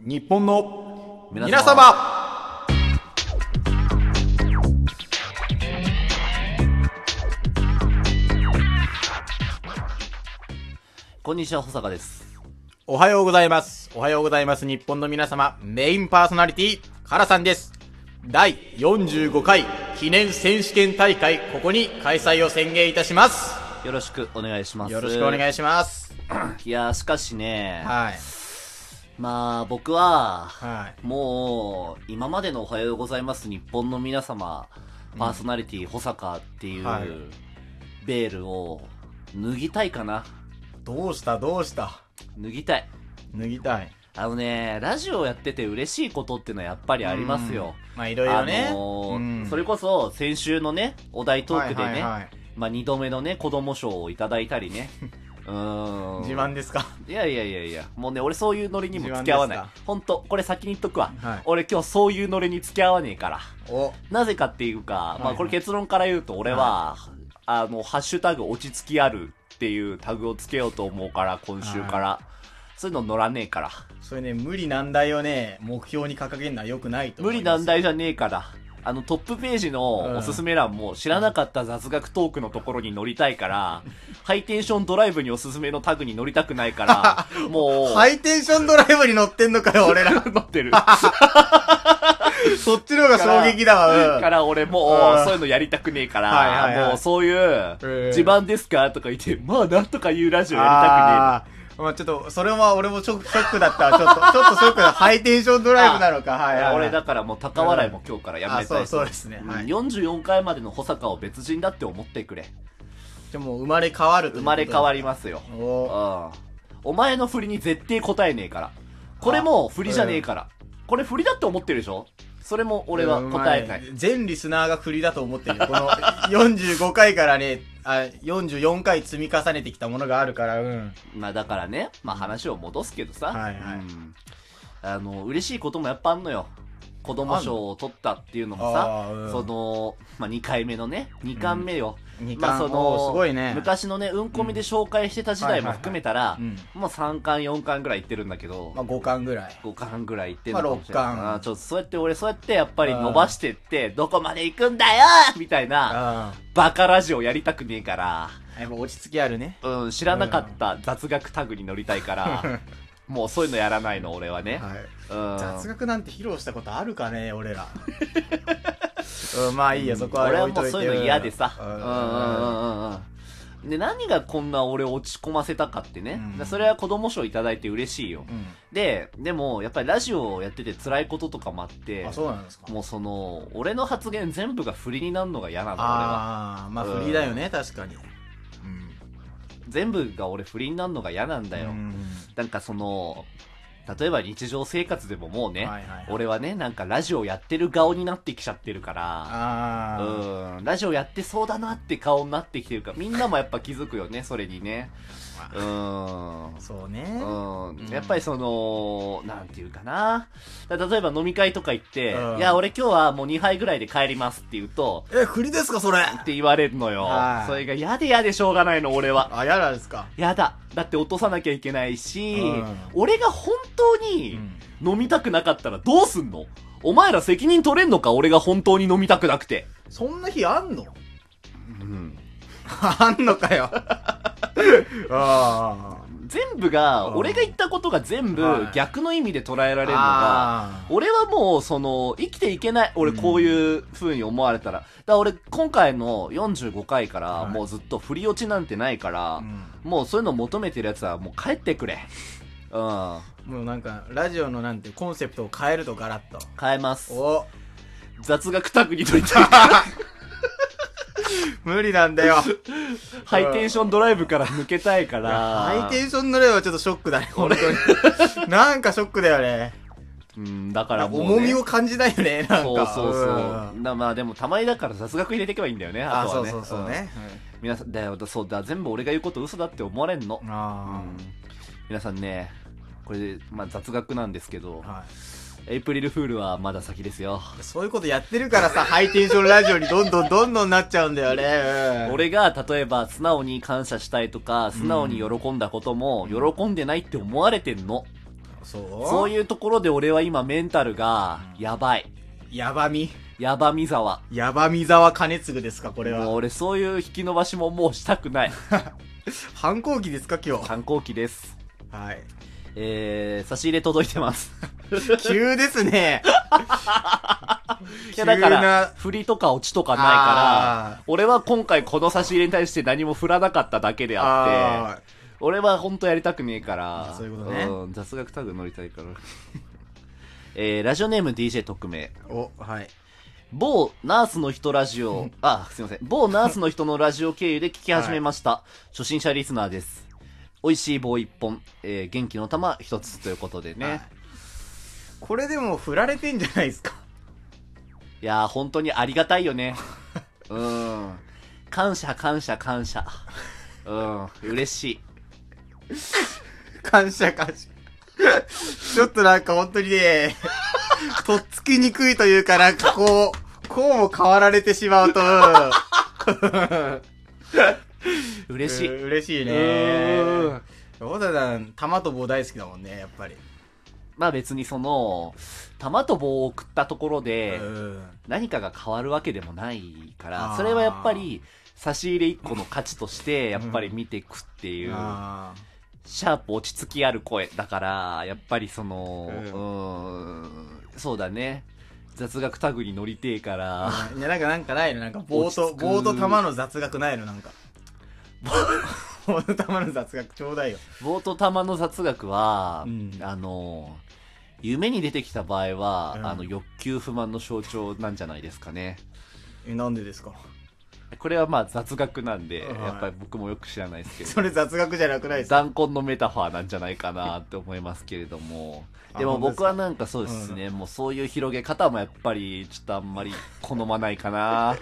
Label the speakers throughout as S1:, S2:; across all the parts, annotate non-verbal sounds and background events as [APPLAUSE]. S1: 日本の皆
S2: 皆
S1: 様
S2: こんにちは、保坂です。
S1: おはようございます。おはようございます。日本の皆様、メインパーソナリティ、カラさんです。第45回記念選手権大会、ここに開催を宣言いたします。
S2: よろしくお願いします。
S1: よろしくお願いします。
S2: いやー、しかしね、
S1: はい。
S2: まあ、僕は、
S1: はい。
S2: もう、今までのおはようございます日本の皆様、パーソナリティ、保坂っていう、
S1: はい
S2: ベールを、脱ぎたいかな。
S1: どうしたどうした
S2: 脱ぎたい。
S1: 脱ぎたい。
S2: あのね、ラジオやってて嬉しいことってのはやっぱりありますよ。
S1: うん。まあいろいろね。
S2: あのー
S1: うん
S2: それこそ、先週のね、お題トークでね、
S1: はいはいはい
S2: まあ、2度目のね、子供賞をいただいたりね。
S1: [LAUGHS]
S2: うーん。
S1: 自慢ですか
S2: いやいやいやいや、もうね、俺そういうノリにも付き合わない
S1: 自慢で。
S2: ほんと、これ先に言っとくわ。
S1: はい
S2: 俺今日そういうノリに付き合わねえから。
S1: お。
S2: なぜかっていうか、
S1: いはい
S2: まあこれ結論から言うと俺は、あの、ハッシュタグ落ち着きあるっていうタグをつけようと思うから、今週から。そういうの乗らねえから。
S1: それね、無理難題をね、目標に掲げるのは良くないと
S2: 無
S1: 思い
S2: 理
S1: ます。
S2: 難題じゃねえから。あの、トップページ
S1: うん
S2: のおすすめ欄も知らなかった雑学トークのところに乗りたい
S1: [LAUGHS]
S2: から、ハイテンションドライブにおすすめのタグに乗りたくない
S1: [LAUGHS]
S2: から、もう、
S1: ハイテンションドライブに乗ってんのかよ、俺ら。
S2: 乗ってる。
S1: そっちの方が [LAUGHS] 衝撃だわ、うん。
S2: から俺も
S1: うん
S2: う、そういうのやりたくねえか
S1: はいはいはい
S2: ら、もうそういう
S1: うん、
S2: 自慢ですかとか言って、まあなんとか言うラジオやりた
S1: あーまあちょっと、それは俺もショックショックだったわ。ちょっと、ちょっとショックだ。ハイテンションドライブなのか。は
S2: くね
S1: い
S2: え
S1: は
S2: な。
S1: い。
S2: 俺だからもう高笑いも今日からやめたい
S1: あ、そう、そうですね。はい。じゃ
S2: 44回までの保坂を別人だって思ってくれ。
S1: あもう生まれ変わると
S2: 生まれ変わ
S1: り。
S2: りますよ。う
S1: お
S2: ん。お前の振りに絶対答えねえから。これも振りじゃねえから。これ振りだって思ってるでしょそれも俺は答えない。
S1: うん。全リスナーが振りだと思ってるよ。この45回からね、あ、44回積み重ねてきたものがあるから、うん。
S2: まあだからね、まあ話を戻すけどさ、
S1: はいはい
S2: うんあの、嬉しいこともやっぱあんのよ。子供賞を取ったっていうのもさ、
S1: あーうん
S2: その、まあ2回目のね、2巻目よ。
S1: 二
S2: まあ
S1: 巻、
S2: そ
S1: おー
S2: の、
S1: すごいね。
S2: 昔のね、うんこみで紹介してた時代も含めた
S1: は
S2: ら
S1: いはいはい、
S2: もう3巻、4巻ぐらい行ってるんだけど、
S1: まあ5巻ぐらい。
S2: 5巻ぐらい行ってんのかもしれ
S1: まあ
S2: ない
S1: 六
S2: な
S1: 巻
S2: ちょっとそうやって俺、そうやってやっぱり伸ばしてって、どこまで行くんだよみたいな、
S1: あ
S2: バカラジオやりたくねえから、
S1: あ。やっぱ落ち着きあるね。
S2: うん、知らなかった雑学タグに乗りたい
S1: [LAUGHS]
S2: から、もうそういうのやらないの、俺はね。
S1: はい。
S2: うん。
S1: 雑学なんて披露したことあるか
S2: [LAUGHS]
S1: ね俺ら、うん、まあいいやそこは
S2: 俺は
S1: 置い
S2: も
S1: と
S2: う
S1: いて
S2: そういうの嫌でさ。
S1: う
S2: うんんうんうんうん。で、何がこんな俺を落ち込ませたかってね。
S1: うん
S2: それは子供賞いただいて嬉しいよ。で、でも、やっぱりラジオをやってて辛いこととかもあって
S1: うん、あそうなんですか
S2: もうその、俺の発言全部が振りになるのが嫌なの、俺は。
S1: ああまあ
S2: うん
S1: 振りだよね、確かに
S2: 全部が俺振りになるのが嫌なんだ
S1: だ
S2: よ。
S1: うん
S2: なんかその、例えば日常生活でももうね、
S1: はいはいはい
S2: 俺はね、なんかラジオやってる顔になってきちゃってるから、
S1: ああ、
S2: うん、ラジオやってそうだなって顔になってきてるから、みんなもやっぱ気づくよね、 [LAUGHS] それにね。うん。
S1: そうね
S2: うん
S1: ん、
S2: やっぱりその、なんていうかな。だ例えば飲み会とか行って、
S1: うん
S2: いや、俺今日はもう2杯ぐらいで帰りますって言うと、
S1: え振りですかそれ
S2: って言われるのよ
S1: はい。
S2: それが嫌で嫌でしょうがないの、俺は。
S1: あやらですか
S2: やだ。だって落とさなきゃいけないし、
S1: うん
S2: 俺が本当に飲みたくなかったらどうすんのお前ら責任取れんのか俺が本当に飲みたくなくて。
S1: そんな日
S2: [LAUGHS]
S1: あんの
S2: うん、
S1: あんのか [LAUGHS] よあ
S2: 全部が、
S1: うん
S2: 俺が言ったことが全部
S1: はい
S2: 逆の意味で捉えられるのが、
S1: あ
S2: 俺はもう、その、生きていけない。俺こういう風に思われたら。だから俺、今回の45回から、
S1: はい
S2: もうずっと振り落ちなんてないから、
S1: うん
S2: もうそういうの求めてるやつはもう帰ってくれ。うん。
S1: もうなんかラジオのなんてコンセプトを変えるとガラッと
S2: 変えます。
S1: お
S2: 雑学タグにといたい。
S1: [LAUGHS] 無理なんだよ
S2: ハイテンションドライブから抜けたいから。
S1: [LAUGHS] ハイテンションの例はちょっとショックだね、本当 [LAUGHS] に。なんかショックだよね。
S2: うん、だか
S1: な
S2: ら
S1: ん
S2: も
S1: か
S2: う、ね。
S1: 重みを感じないよね、なん
S2: そう
S1: か。
S2: そうそう。
S1: ん
S2: なまあでもたまにだから雑学入れていけばいいんだよね。あ
S1: あ、
S2: と
S1: そ
S2: は
S1: う
S2: ね。
S1: そうそうね。
S2: うん。皆さん、だよ、だそうだ、全部俺が言うこと嘘だって思われんの。
S1: あ
S2: 皆さんね、これで、まあ雑学なんですけど
S1: あ、、は
S2: エイプリルフールはまだ先ですよ。
S1: い。そういうことやってるからさ、ハイテンションラジオにどんどんどんどんなっちゃうんだよね。うん、
S2: 俺が、例えば、素直に感謝したいとか、素直に喜んだことも、喜んでないって思われてんの。
S1: そう
S2: そう
S1: いう。
S2: いうところで俺は今メンタルが、やばい。
S1: やばみ。
S2: やばみざわ。
S1: やばみ沢兼次ですか、これ
S2: もう
S1: は。
S2: 俺そういう引き伸ばしももうしたくない。
S1: 反抗期ですか、今日。
S2: 反抗期です。
S1: はい。
S2: えー、差し入れ届いて
S1: [LAUGHS]
S2: ます。
S1: 急ですね。
S2: いやだか
S1: 急な
S2: ら、振りとかオチとかない
S1: あ
S2: から
S1: ー、
S2: 俺は今回この差し入れに対して何も振らなかっただけであって、
S1: あ
S2: 俺は本当やりたくねえから
S1: あ、そういうことね
S2: ん、雑学タグ乗りたいから。 [LAUGHS] えー、ラジオネーム DJ 特命。
S1: ーお、はい。
S2: 某ナースの人ラジオ、あ、すいません。某ナースの人のラジオ経由で聞き始めました。初心者リスナーです。美味しい棒一本、えー元気の玉一つということでね。
S1: はい
S2: い、
S1: これでも振られてんじゃないですか。 [LAUGHS]
S2: やー、本当にありがたいよね。うん。感謝、感謝、感謝。うん、嬉しい。
S1: 感謝感謝。ちょっとなんか本当
S2: [LAUGHS]
S1: にね、とっつきにくいというかなんかこう、こうも変わられてしまうと、
S2: 嬉しい。
S1: うん嬉しい
S2: うん
S1: ね。小田さん、玉と棒大好きだもんね、やっぱり。
S2: まあ別にその、玉と棒を食ったところで、
S1: うん。
S2: 何かが変わるわけでもないか
S1: あ
S2: ら
S1: ー、
S2: それはやっぱり、差し入れ1個の価値として、やっぱり見ていくっていう、
S1: あ
S2: シャープ落ち着きある声。だから、やっぱりその、
S1: う
S2: うんーん、そうだね。雑学タグに乗りてえから、
S1: ーいや、なんかなんかないのなんか棒と、
S2: 落ち着く
S1: 棒と玉の雑学ないのな
S2: [LAUGHS]
S1: んか。棒と玉の雑学ちょうだいよ。
S2: 冒頭玉の雑学は、
S1: うん
S2: あの、夢に出てきた場合は、
S1: うん
S2: あの、欲求不満の象徴なんじゃないですかね。
S1: え、なんでですか
S2: これはまあ雑学なんで、
S1: はい
S2: やっぱり僕もよく知らないですけど。
S1: それ雑学じゃなくないですか
S2: 弾痕のメタファーなんじゃないかなって思いますけれども。で
S1: あ
S2: も
S1: 本当です
S2: 僕
S1: か
S2: はなんかそうですね、もうそういう広げ方もやっぱりちょっとあんまり好まないか
S1: [LAUGHS]
S2: な。う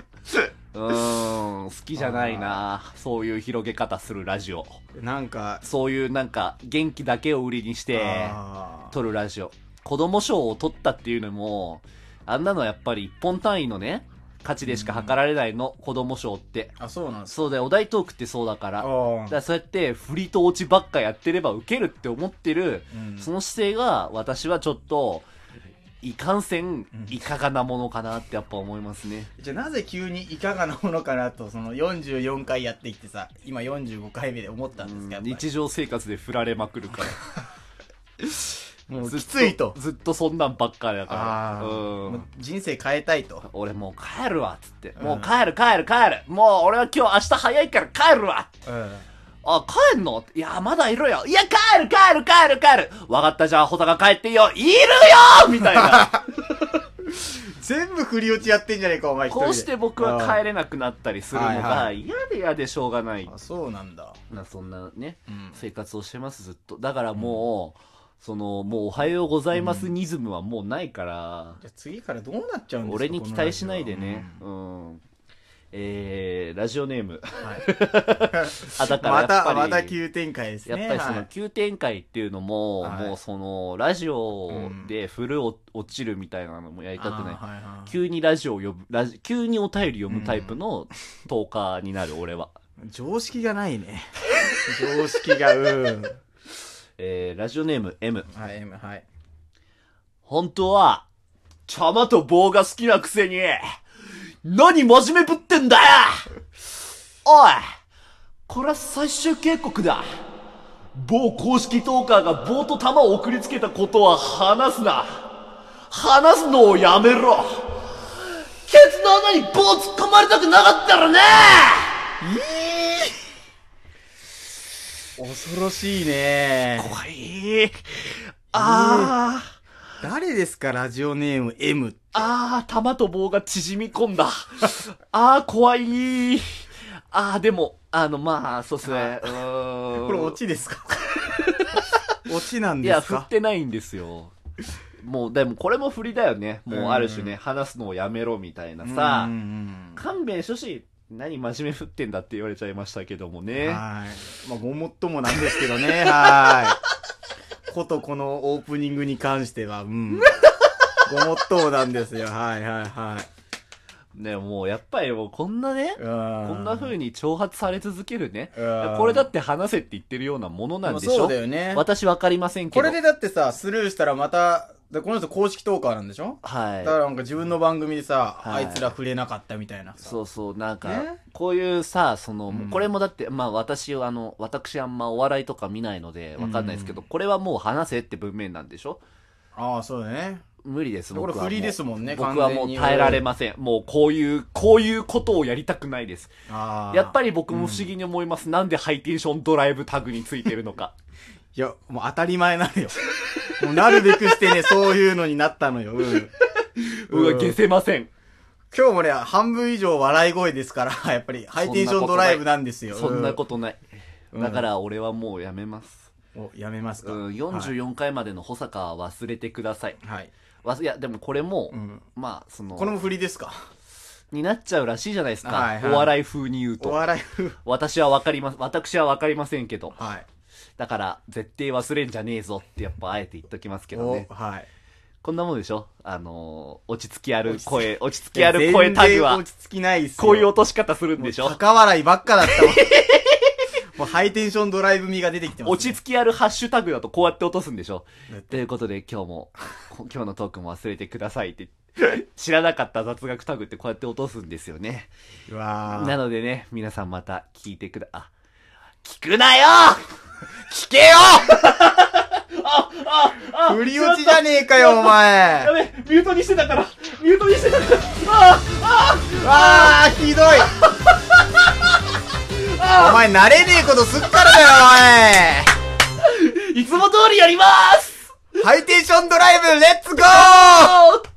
S2: ーん、好きじゃないな。そういう広げ方するラジオ。
S1: なんか、
S2: そういうなんか元気だけを売りにして
S1: あー
S2: 撮るラジオ。子供賞を取ったっていうのも、あんなのはやっぱり一本単位のね、価値でしか測られないの、子供賞って。
S1: あ、そうなんです
S2: そうだよ、お題トークってそうだから。
S1: あ
S2: だ
S1: あ
S2: からそうやって振りと落ちばっかやってればウケるって思ってる、
S1: うん
S2: その姿勢が私はちょっといかんせんいかがなものかなってやっぱ思いますね、
S1: じゃあなぜ急にいかがなものかなとその44回やってきてさ今45回目で思ったんですけどやっぱ
S2: 日常生活で振られまくるから
S1: りもう
S2: ずっ
S1: きついと
S2: ずっとそんなんばっかりだ
S1: あ
S2: か
S1: あ、
S2: らう
S1: もうん人生変えたいと
S2: 俺もう帰るわっつって、も
S1: う
S2: うん帰る帰る帰るもう俺は今日明日早いから帰るわ
S1: うん
S2: あ、帰んのいや、まだいるよ。いや、帰る帰る帰る帰るわかったじゃあ、ホタが帰っていいよいるよみたいな。
S1: 全部振り落ちやってんじゃねえかお [LAUGHS] 前一人で
S2: こうして僕は
S1: あ
S2: 帰れなくなったりするの
S1: はいは
S2: が嫌で嫌でしょうがない
S1: あ。あそうなんだ
S2: なそんなね、
S1: うん
S2: 生活をしてます、ずっと。だからもう、その、もうおはようございますニズムはもうないから、
S1: じゃあ次からどうなっちゃうんですか
S2: 俺に期待しないでね。 [LAUGHS]
S1: こ
S2: う
S1: の
S2: ん。えー、ラジオネーム。
S1: ラジ
S2: あ、だ
S1: オ
S2: からや
S1: はうん
S2: っぱ
S1: [LAUGHS] ま
S2: り
S1: た、また急展開です
S2: やっ
S1: ね
S2: ぱりそ
S1: は
S2: の
S1: い
S2: 急展開っていうのも、
S1: はい
S2: もうその、ラジオで振るお落ちるみたいなのもやりたくない。
S1: あーはいはい
S2: 急にラジオを呼ぶ、ラジ急にお便り読むタイプのトーカーになる、俺は。
S1: 常識がないね常識がうん
S2: えー、ラジオネーム M。
S1: はい M はい
S2: 本当は、玉と棒が好きなくせに、何真面目ぶってんだよおいこれは最終警告だ某公式トーカーが棒と玉を送りつけたことは話すな話すのをやめろケツの穴に棒突っ込まれたくなかったらね
S1: 恐ろしいね
S2: 怖い。あー。
S1: 誰ですかラジオネーム M
S2: あー、玉と棒が縮み込んだ。あー、怖い。あー、でも、あの、まあ、そうっすね。うーん。
S1: これオチですかオチなん
S2: い
S1: で
S2: や、
S1: す
S2: 振
S1: か
S2: ってないんですよ。もう、でも、これも振りだよね。
S1: う
S2: もう、
S1: ん
S2: ある種ね、話すのをやめろみたいなさ
S1: うん。うん
S2: 勘弁してほしい。何真面目振ってんだって言われちゃいましたけども
S1: うん
S2: ね。
S1: はい。まあ、ごもっともなんですけどね。はい。ことこのオープニングに関しては、うん。ごもっともなんですよ。はいはいはい。
S2: ね、もうやっぱりもうこんなね、こ
S1: こ
S2: んな風に挑発され続けるね。い
S1: うん
S2: やこれだって話せって言ってるようなものなんでしょ
S1: まあそうだよね
S2: 私わかりませんけ
S1: こ
S2: ど。
S1: れでだってさ、スルーしたらまた、でこの人公式トーカーなんでしょだか
S2: は
S1: らなんか自分の番組でさ、
S2: はい。
S1: あいつら触れなかったみたいないさ。
S2: そうそう、なんか
S1: ね、
S2: こういうさ、その、
S1: ん
S2: これもだって、まあ私、あの、私あんまお笑いとか見ないので、わかんないですけど、これはもう話せって文面なんでしょ
S1: ああ、そうだね。
S2: 無理です、
S1: こ
S2: 僕
S1: れ
S2: はもう。
S1: フリーですもんね、
S2: 僕はもう耐えられません。もうこういう、こういうことをやりたくないです。
S1: す。ああ。
S2: やっぱり僕も不思議に思います。なんでハイテンションドライブタグについてるのか。
S1: いや、もう当たり前なのよ。 [LAUGHS] もうなるべくしてね、そういうのになったのよ。 [LAUGHS] うん
S2: [LAUGHS] うわ、消せません。
S1: 今日もね、半分以上笑い声ですから、 [LAUGHS] やっぱりハイテンションドライブなんですよ。
S2: そんな
S1: と。
S2: ことない。
S1: うん
S2: だから俺はもうやめます。
S1: お、やめますか。
S2: うん、
S1: はい
S2: 44回までの保坂は忘れてください。
S1: はい。
S2: わすいや、でもこれも、
S1: うん
S2: まあ、その、
S1: これも振りですか
S2: になっちゃうらしいじゃないですか。
S1: はいはい
S2: お笑い風に言う
S1: お
S2: と。
S1: 笑い [LAUGHS] 風。
S2: 私はわかります。私はわかりませんけど。
S1: はい。
S2: だから、絶対忘れんじゃねえぞってやっぱあえて言っときますけどね
S1: お。はい。
S2: こんなもんでしょあのー落ち着きある
S1: 落ち着き
S2: 声、落ち着きある声タグ
S1: 全然
S2: は、
S1: 落ち着きないっすよ。
S2: こういう落とし方するんでしょ
S1: 高笑いばっかだったわ。 [LAUGHS] もうハイテンションドライブ味が出てきてます、
S2: 落ち着きあるハッシュタグだとこうやって落とすんでしょ
S1: だっ
S2: ということで今日も、こ今日のトークも忘れてくださいって、知らなかった雑学タグってこうやって落とすんですよね。
S1: うわ
S2: な
S1: ー
S2: のでね、皆さんまた聞いてくだ、あ、聞くなよ聞けよあ、あ、あ
S1: 振り落ちじゃねえかよ、
S2: [LAUGHS]
S1: お前。
S2: やべ、ミュートにしてたから、ミュートにしてたから、あ
S1: わあ、
S2: [LAUGHS]
S1: ひどい。お前、慣れねえことすっからだよ、
S2: いつも通りやります
S1: お前。ハイテンションドライブ、レッツゴー
S2: あー